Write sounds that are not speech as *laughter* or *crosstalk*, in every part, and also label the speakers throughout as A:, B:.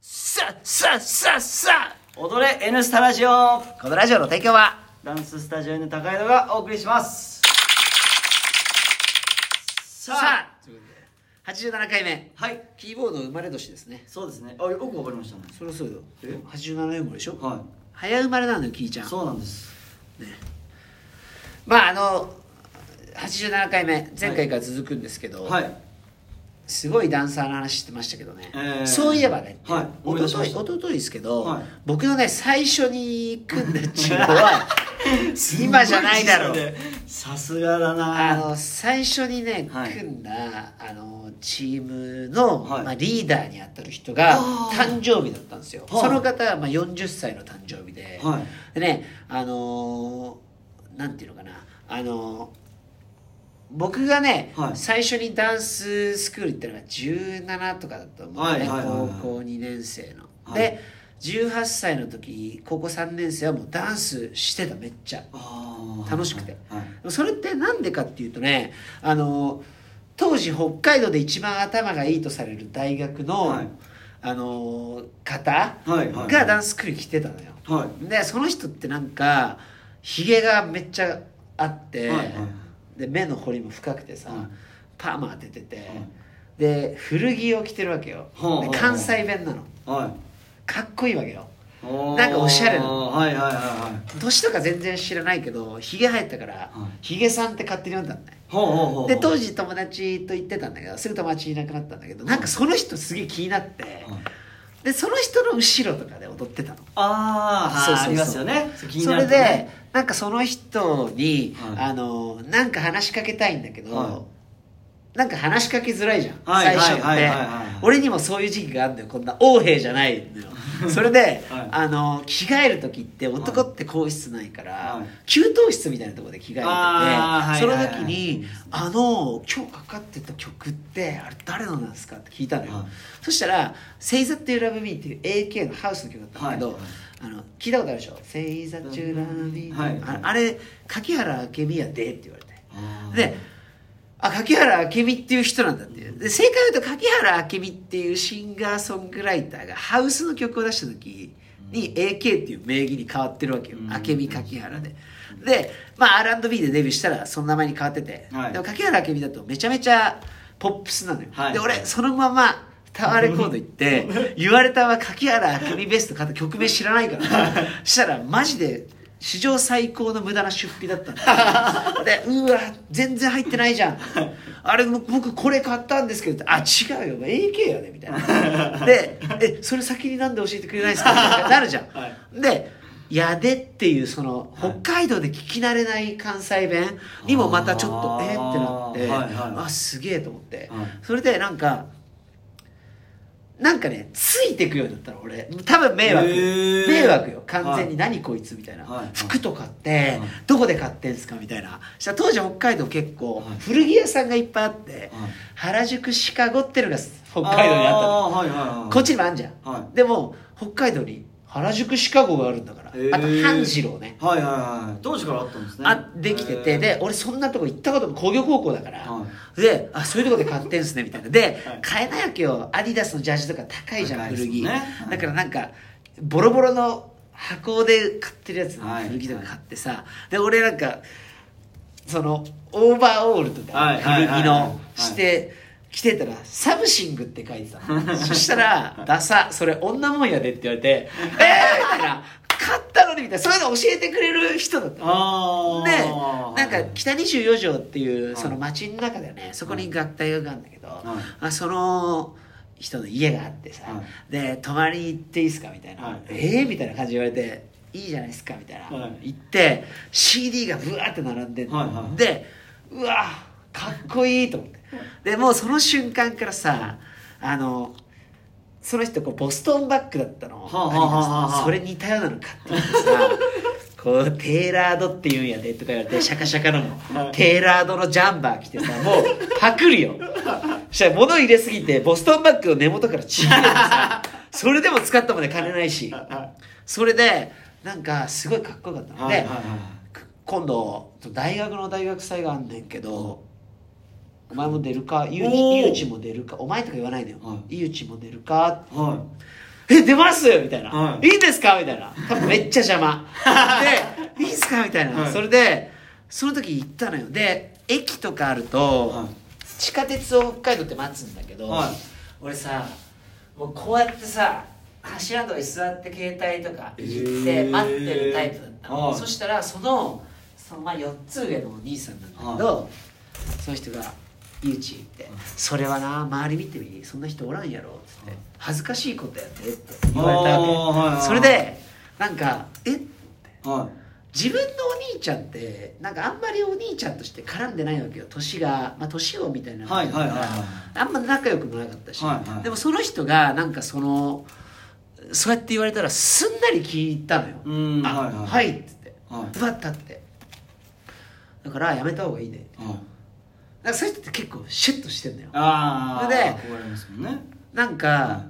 A: ささささ
B: 踊れ N スタラジオ
A: このラジオの提供は
B: ダンススタジオ N 高井戸がお送りしますさ
A: さ
B: あ
A: あ87回目
B: はい
A: キーボード生まれ年ですね
B: そうですねあよくわかりましたね
A: そろそろよ
B: え
A: 87生まれでしょ
B: は
A: 早生まれなのよキーちゃ
B: い
A: ん
B: そうなんです
A: ねまああの87回目前回から続くんですけど、
B: はい
A: すごいダンサーの話してましたけどね、
B: えー
A: そういえばね、
B: はい思
A: お
B: い出
A: と
B: し
A: と
B: ま
A: い
B: した
A: おとといですけど、
B: はい
A: 僕のね最初に組んだチーム
B: *laughs*
A: は今じゃないだろう
B: すご時差でさすがだ
A: あ
B: な
A: の最初にね、
B: はい
A: 組んだあのチームの、
B: はい
A: まあ、リーダーにあたる人が
B: あ
A: 誕
B: ー
A: 生日だったんですよ、
B: はい
A: その方は、まあ、40歳の誕生日で、
B: はい
A: でねあのーなんていうのかなあのー僕がね、
B: はい
A: 最初にダンススクール行ったのが17とかだと思うね、
B: はいはいはいはい
A: 高校2年生の、
B: はい
A: で18歳の時高校3年生はもうダンスしてためっちゃ
B: あー
A: 楽しくて
B: はい
A: それってなんでかっていうとねあの当時北海道で一番頭がいいとされる大学の、
B: はい
A: あの方
B: はいはい
A: がダンススクールに来てたのよ、
B: はい
A: でその人ってなんかひげがめっちゃあって、
B: はいはい
A: で目の彫りも深くてさ、
B: はい
A: パーマ当ててて、で古着を着てるわけよ、
B: はあはあ
A: で関西弁なの
B: はい
A: かっこいいわけよ
B: おー
A: なんかおしゃれな
B: はいはいはいはい
A: 年とか全然知らないけどひげ生えたからひげ、さんって勝手に呼んだんだね
B: ほうほうほう
A: で当時友達と行ってたんだけどすぐ友達いなくなったんだけどなんかその人すげえ気になって、
B: はい
A: でその人の後ろとかで踊ってたの
B: あー
A: そう
B: あ
A: そう
B: ー
A: そう
B: ありますよね気に
A: そ
B: な
A: れ
B: ると
A: で
B: ね
A: なんかその人に、
B: はい
A: あのなんか話しかけたいんだけど、
B: は
A: なんか話しかけづらいじゃん、
B: はい
A: 最初って、
B: はいはいはいはい
A: 俺にもそういう時期があるんだよこんな横兵じゃないのよそれで、
B: はい
A: あの着替える時って男って更衣室ないから、
B: はい
A: 給湯室みたいなところで着替えてて、
B: あーはい
A: そ
B: は
A: の
B: いはい
A: 時に「あの今日かかってた曲ってあれ誰のなんですか?」って聞いたのよ、
B: はい
A: そしたら「Say That You Love Me」っていう AK のハウスの曲だったんだけど、
B: はい
A: あの聞いたことあるでしょ「星座中ラミ」
B: はい
A: ああれ柿原明美やでって言われて
B: あー
A: であ柿原明美っていう人なんだっていうで正解を言うと柿原明美っていうシンガーソングライターがハウスの曲を出した時に AK っていう名義に変わってるわけよ
B: うん
A: 明美柿原でで、まあ、R&B でデビューしたらその名前に変わってて、
B: はい
A: でも柿原明美だとめちゃめちゃポップスなのよ、
B: はい
A: で俺そのままタワーレコード行って
B: *laughs*
A: 言われたは柿原明美ベスト買った曲名知らない
B: *laughs*
A: からしたらマジで史上最高の無駄な出費だったん
B: *laughs*
A: だよでうわ全然入ってないじゃんあれ僕これ買ったんですけどあ違うよ AK やねみたい
B: *laughs*
A: なでえそれ先になんで教えてくれないですかってなるじゃん、
B: は
A: で「やで」っていうその北海道で聞き慣れない関西弁にもまたちょっと
B: あー
A: えってなって、
B: はいはい
A: あすげえと思って、
B: はい
A: それでなんかなんかねついてくようになったの俺多分迷惑
B: へー
A: 迷惑よ完全
B: は
A: に「
B: い
A: 何こいつ」みたいな、
B: はい
A: 服とかって、
B: い
A: どこで買ってんすかみたいなしたら当時北海道結構
B: はい
A: 古着屋さんがいっぱいあって、原宿シカゴっていうのが北海道にあったの
B: あーはいはいはい
A: こっちにもあんじゃん、
B: は
A: でも北海道に原宿シカゴがあるんだから、
B: へー
A: あと半次郎ね
B: はいはいはい当時からあったんですね
A: あできてて、で俺そんなとこ行ったことも工業高校だから、
B: は
A: であそういうとこで買ってんすねみたいなで、
B: はい
A: 買えないわけよアディダスのジャージとか高いじゃん
B: 高い
A: 古
B: ですもん
A: 着、
B: ねはい
A: だからなんかボロボロの箱で買ってるやつの
B: はい
A: 古着とか買ってさ、で俺なんかそのオーバーオールとか
B: はいはい
A: 古
B: はい
A: 着
B: はいは
A: の
B: い
A: して着てたら「サムシング」って書いてた
B: *laughs*
A: のそしたら「ダサそれ女もんやで」って言われて「えー!」みたいな「買ったのに」みたいなそういうの教えてくれる人だったの
B: あ
A: で
B: あ
A: なんか北24条っていう
B: い
A: その町の中だよねそこに学大学があるんだけど、
B: い
A: まあ、その人の家があってさ、
B: は
A: で泊まりに行っていいですかみたいな「
B: はい
A: ええみたいな感じで言われて「いいじゃないですか」みたいな、
B: はい
A: 行って CD がブワーって並んでんの、
B: はいはい
A: でうわかっこいいと思ってでもうその瞬間からさあのその人こうボストンバッグだったの、
B: はあはあはあはあ
A: それ似たようなの買ってきてさこうテーラードって言うんやでとか言われ
B: *laughs*
A: てシャカシャカのも、
B: はい
A: テーラードのジャンバー着てさもうパクるよそしたら物入れすぎてボストンバッグの根元からちぎれてさそれでも使ったもんね金ないし
B: は
A: それでなんかすごいかっこよかったの、
B: はい
A: で
B: はいはい
A: く今度大学の大学祭があんねんけどお前も出るか井
B: おー
A: 内も出るかお前とか言わないのよ
B: は
A: 井内も出るか
B: はい
A: 「え出ます!」みたいな「
B: はい
A: いいんですか?」みたいな多分めっちゃ邪魔
B: *laughs*
A: で「いいんすか?」みたいな、
B: はい
A: それでその時行ったのよで駅とかあると、
B: はい
A: 地下鉄を北海道って待つんだけど、
B: はい
A: 俺さもうこうやってさ柱のとかに座って携帯とか
B: へ
A: い
B: ー
A: じって待ってるタイプだったの、
B: はい
A: そしたらそのそのまあ4つ上のお兄さんなんだけど、その人が「ゆうち」って「それはな周り見てみそんな人おらんやろ」っつって
B: はい
A: 「恥ずかしいことやって」って言われた
B: あーはい
A: わ
B: は
A: け
B: い
A: それでなんか「え
B: は
A: 自分のお兄ちゃんってなんかあんまりお兄ちゃんとして絡んでないわけよ年がまあ年をみたいなのがあるから
B: はいはいはいはい
A: あんま仲良くもなかったし、
B: はいはい
A: でもその人がなんかそのそうやって言われたらすんなり聞いたのよ「
B: うん
A: あ
B: はいはい
A: っつって
B: はい
A: 奪ったってだからやめた方がいいね
B: いはい
A: なんかそういう人って結構シュッとしてんだよ
B: ああ
A: それで
B: 憧れますもんね
A: なんか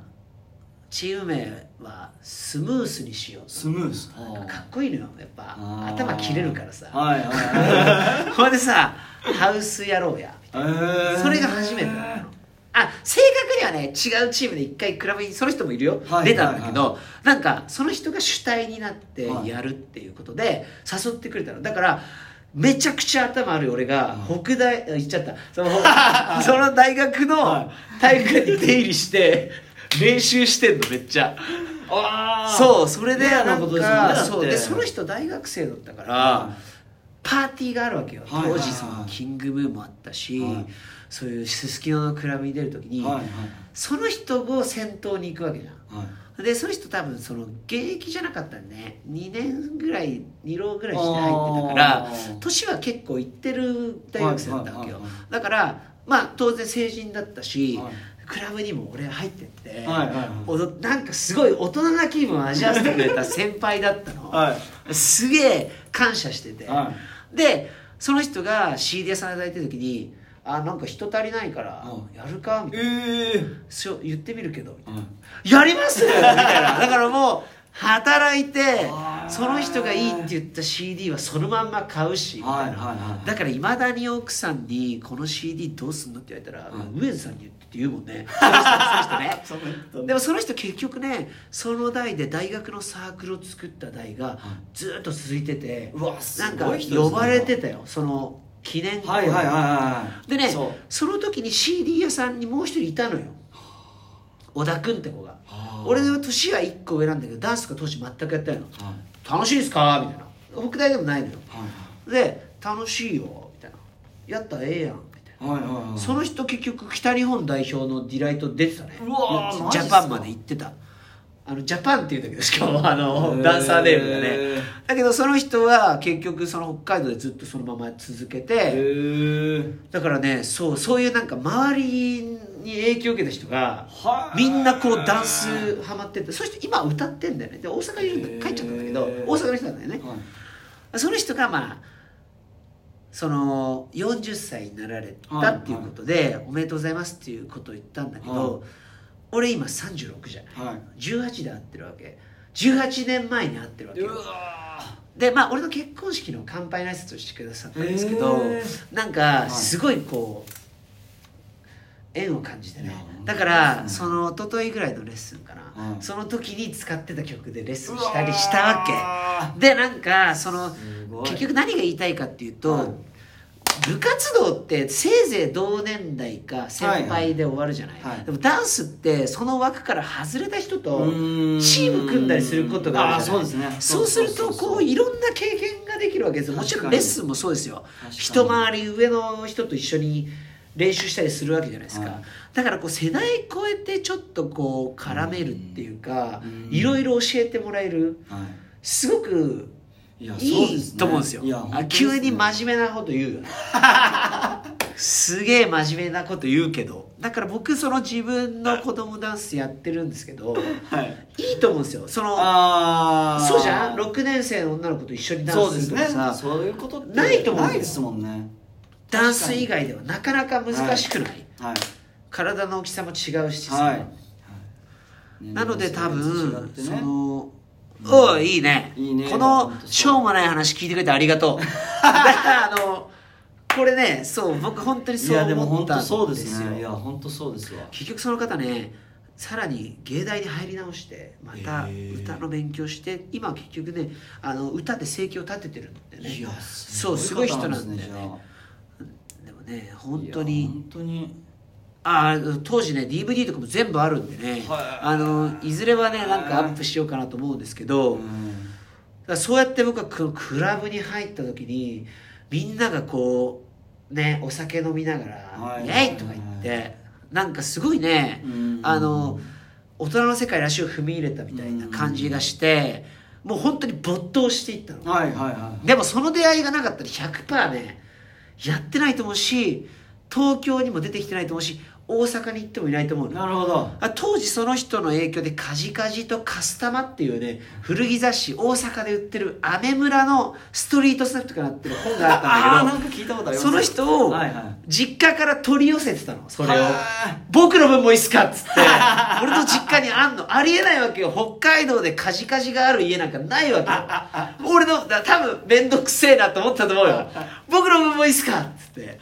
A: チーム名はスムースにしよう
B: スムース
A: なんかかっこいいのよやっぱ
B: あー
A: 頭切れるからさ
B: はいは
A: *laughs* ほんでさ「ハウスやろうや」みたい
B: いはいへ
A: な
B: ー
A: それが初めてなのあ正確にはね違うチームで一回クラブにその人もいるよ、
B: はい
A: 出たんだけど、なんかその人が主体になって
B: はい
A: やるっていうことで誘ってくれたのだからめちゃくちゃ頭ある俺が北大あ言っちゃった
B: *laughs*
A: そのその大学の体育館に出入りして練習してんのめっちゃ。
B: あー
A: そうそれで
B: レア
A: な
B: なんことですもんね
A: か
B: だって
A: そうでその人大学生だったから、
B: は
A: パーティーがあるわけよ、
B: はいはいはい
A: 当時そのキングブーもあったし、
B: はい
A: そういうすすきののクラブに出る時に、
B: はいはい
A: その人を先頭に行くわけじゃん
B: はい
A: でその人多分その現役じゃなかったんでね2年ぐらい2浪ぐらいして入ってたから
B: あー
A: 年は結構行ってる大学生だったわけよ、
B: はいはいはいは
A: だからまあ当然成人だったし、
B: はい
A: クラブにも俺入ってって、
B: はいはいはい
A: 踊なんかすごい大人な気分を味わわせてくれた先輩だったの、
B: は
A: すげえ感謝してて、
B: は
A: でその人が CD 屋さんで働いてる時に「あなんか人足りないから
B: う
A: やるか」みたいな
B: ええ
A: そう言ってみるけど」みたいな
B: うん
A: やりますみたいなだからもう働いて
B: あー
A: その人がいいって言った CD はそのまんま買うしみたいな、
B: はいはいはい
A: だからいまだに奥さんに「この CD どうすんの?」って言われたら「
B: う
A: 上野さんに言って」って言うもん
B: *laughs*
A: ねその人その人ね
B: その人
A: でもその人結局ねその代で大学のサークルを作った代がずっと続いてて
B: うわす
A: なんか
B: ごい人です
A: 呼
B: ね
A: ばれてたよその記念公
B: はいはいはいはい
A: でね
B: そう
A: その時に CD 屋さんにもう一人いたのよ小田君って子が
B: あー
A: 俺の年は1個上なんだけどダンスとか当時全くやってないの
B: はい
A: 「楽しいですか?」みたいな北大でもないのよ
B: はい
A: で「楽しいよ」みたいな「やったらええやん」みたい
B: はいはいは
A: ないその人結局北日本代表のディライト出てたね
B: うわーマ
A: ジャ
B: ジっすか
A: パンまで行ってたあのジャパンっていうんだけどしかもあ
B: へ
A: の
B: ー
A: ダンサーネームがねだけどその人は結局その北海道でずっとそのまま続けて、
B: へえ
A: だからねそうそういうなんか周りに影響を受けた人が
B: はあ
A: みんなこうダンスハマっててそして今歌ってんだよねで大阪にいるんだ
B: へー
A: 帰っちゃったんだけど大阪の人なんだよね
B: はい
A: その人がまあその40歳になられたっていうことで、おめでとうございますっていうことを言ったんだけど、俺今36じゃない
B: はい
A: 18で会ってるわけ18年前に会ってるわけ
B: う
A: よ
B: わ
A: でまあ俺の結婚式の乾杯の挨拶をしてくださったんですけど、
B: へ
A: なんか
B: い
A: すごいこう、縁を感じてね
B: いや本当ですね
A: だからその一昨日ぐらいのレッスンかな、
B: うん
A: その時に使ってた曲でレッスンしたりしたわけでなんかその
B: すごい
A: 結局何が言いたいかっていうと、
B: はい
A: 部活動ってせいぜい同年代か先輩で終わるじゃない、
B: はいはい
A: でもダンスってその枠から外れた人と
B: うーん
A: チーム組んだりすることがあるじゃない
B: あーそうですね
A: そうする
B: そ
A: と
B: うそうそう
A: こういろんな経験ができるわけですよもちろん
B: 確か
A: レッ
B: に
A: スンもそうですよ
B: 確かに
A: 一回り上の人と一緒に練習したりするわけじゃないですか、
B: はい
A: だからこう世代超えてちょっとこう絡めるっていうか
B: うん
A: いろいろ教えてもらえる
B: は
A: すごく
B: いいやそう
A: い
B: で
A: い
B: すね
A: と思うんですよ
B: いや本当
A: あ
B: ですね
A: 急に真面目なこと言
B: *laughs*
A: うよねすげえ真面目なこと言うけどだから僕その自分の子供ダンスやってるんですけど
B: はい
A: いいと思うんですよその
B: ああ
A: そうじゃん6年生の女の子と一緒にダ
B: そ
A: ン
B: う
A: ス
B: ですす
A: るとか
B: ね
A: さ、
B: そういうことって
A: ないと思うんだよ
B: ないですもんね
A: ダンス以外ではなかなか難しくない、
B: はい
A: 体の大きさも違うしさ、
B: はいはい
A: なので多分、
B: 年
A: そ
B: 齢層が違ってね
A: のおいいいね
B: いいね
A: この
B: 本当そう
A: しょうもない話聞いてくれてありが
B: *laughs*
A: とうだからあのこれねそう僕本当に
B: い
A: そう
B: やでも
A: 思っ
B: 本
A: たんで
B: 当
A: すよ
B: そうですねいや本当そうですわ
A: 結局その方ねさらに芸大に入り直してまた
B: へー
A: 歌の勉強して今は結局ねあの歌で生計を立ててるんだよね
B: いや
A: そうすごい人なんだよ
B: じゃ
A: ね
B: あ
A: でもね本当に
B: いや本当に
A: あー当時ね DVD とかも全部あるんでね、
B: はい
A: あのいずれはねなんかアップしようかなと思うんですけど、だからそうやって僕はこのクラブに入った時にみんながこうねお酒飲みながら「
B: はい
A: イェイ!」とか言って、なんかすごいね、
B: うん
A: あの大人の世界らしを踏み入れたみたいな感じがして、もう本当に没頭していったの。
B: はいはいは
A: でもその出会いがなかったら100%ねやってないと思うし東京にも出てきてないと思うし大阪に行ってもいないと思う
B: い
A: の
B: なるほど
A: あ当時その人の影響で「カジカジとカスタマ」っていうね古着雑誌大阪で売ってるアメ村のストリートスナップとかなってる本があ
B: あ
A: った
B: あ
A: ん
B: ー
A: だ
B: なんか聞いたことあ
A: け
B: り
A: ど
B: ます
A: その人を
B: はいはい
A: 実家から取り寄せてたのそれを
B: は
A: 僕の分もいいっすかっ
B: *laughs*
A: つって俺の実家にあんのありえないわけよ北海道でカジカジがある家なんかないわけよ俺のだ多分面倒くせえなと思ったと思う
B: *laughs*
A: よ僕の分もいいっすかっつって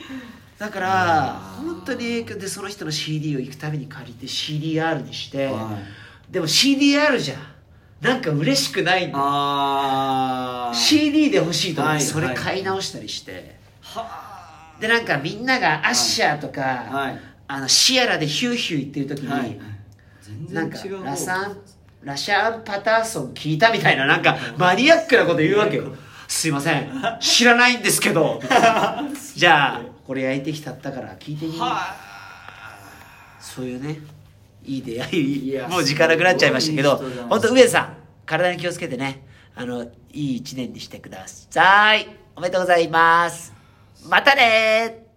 A: だから
B: いやー
A: 本当に影響でその人の CD を行くために借りて CDR にして、
B: は
A: でも CDR じゃんなんか嬉しくないんだよ
B: ああ
A: CD で欲しいと思っ
B: はい
A: てそれ買い直したりして、でなんかみんながアッシャーとか、
B: はい
A: あのシアラでヒューヒュー言ってる時に、
B: はい全然
A: な
B: 違
A: ん
B: う
A: か
B: 方
A: ラサンラシャン・パターソン聞いたみたいな
B: *laughs*
A: なんかマニアックなこと言うわけよすいません知らないんですけ
B: *laughs*
A: どじゃあこれ焼いてきたったから聞いてみようそういうねいい出会い
B: いや
A: もう時間なくなっちゃいましたけど
B: すごい人だな
A: 本当上さん体に気をつけてねあのいい一年にしてくださいおめでとうございますまたねー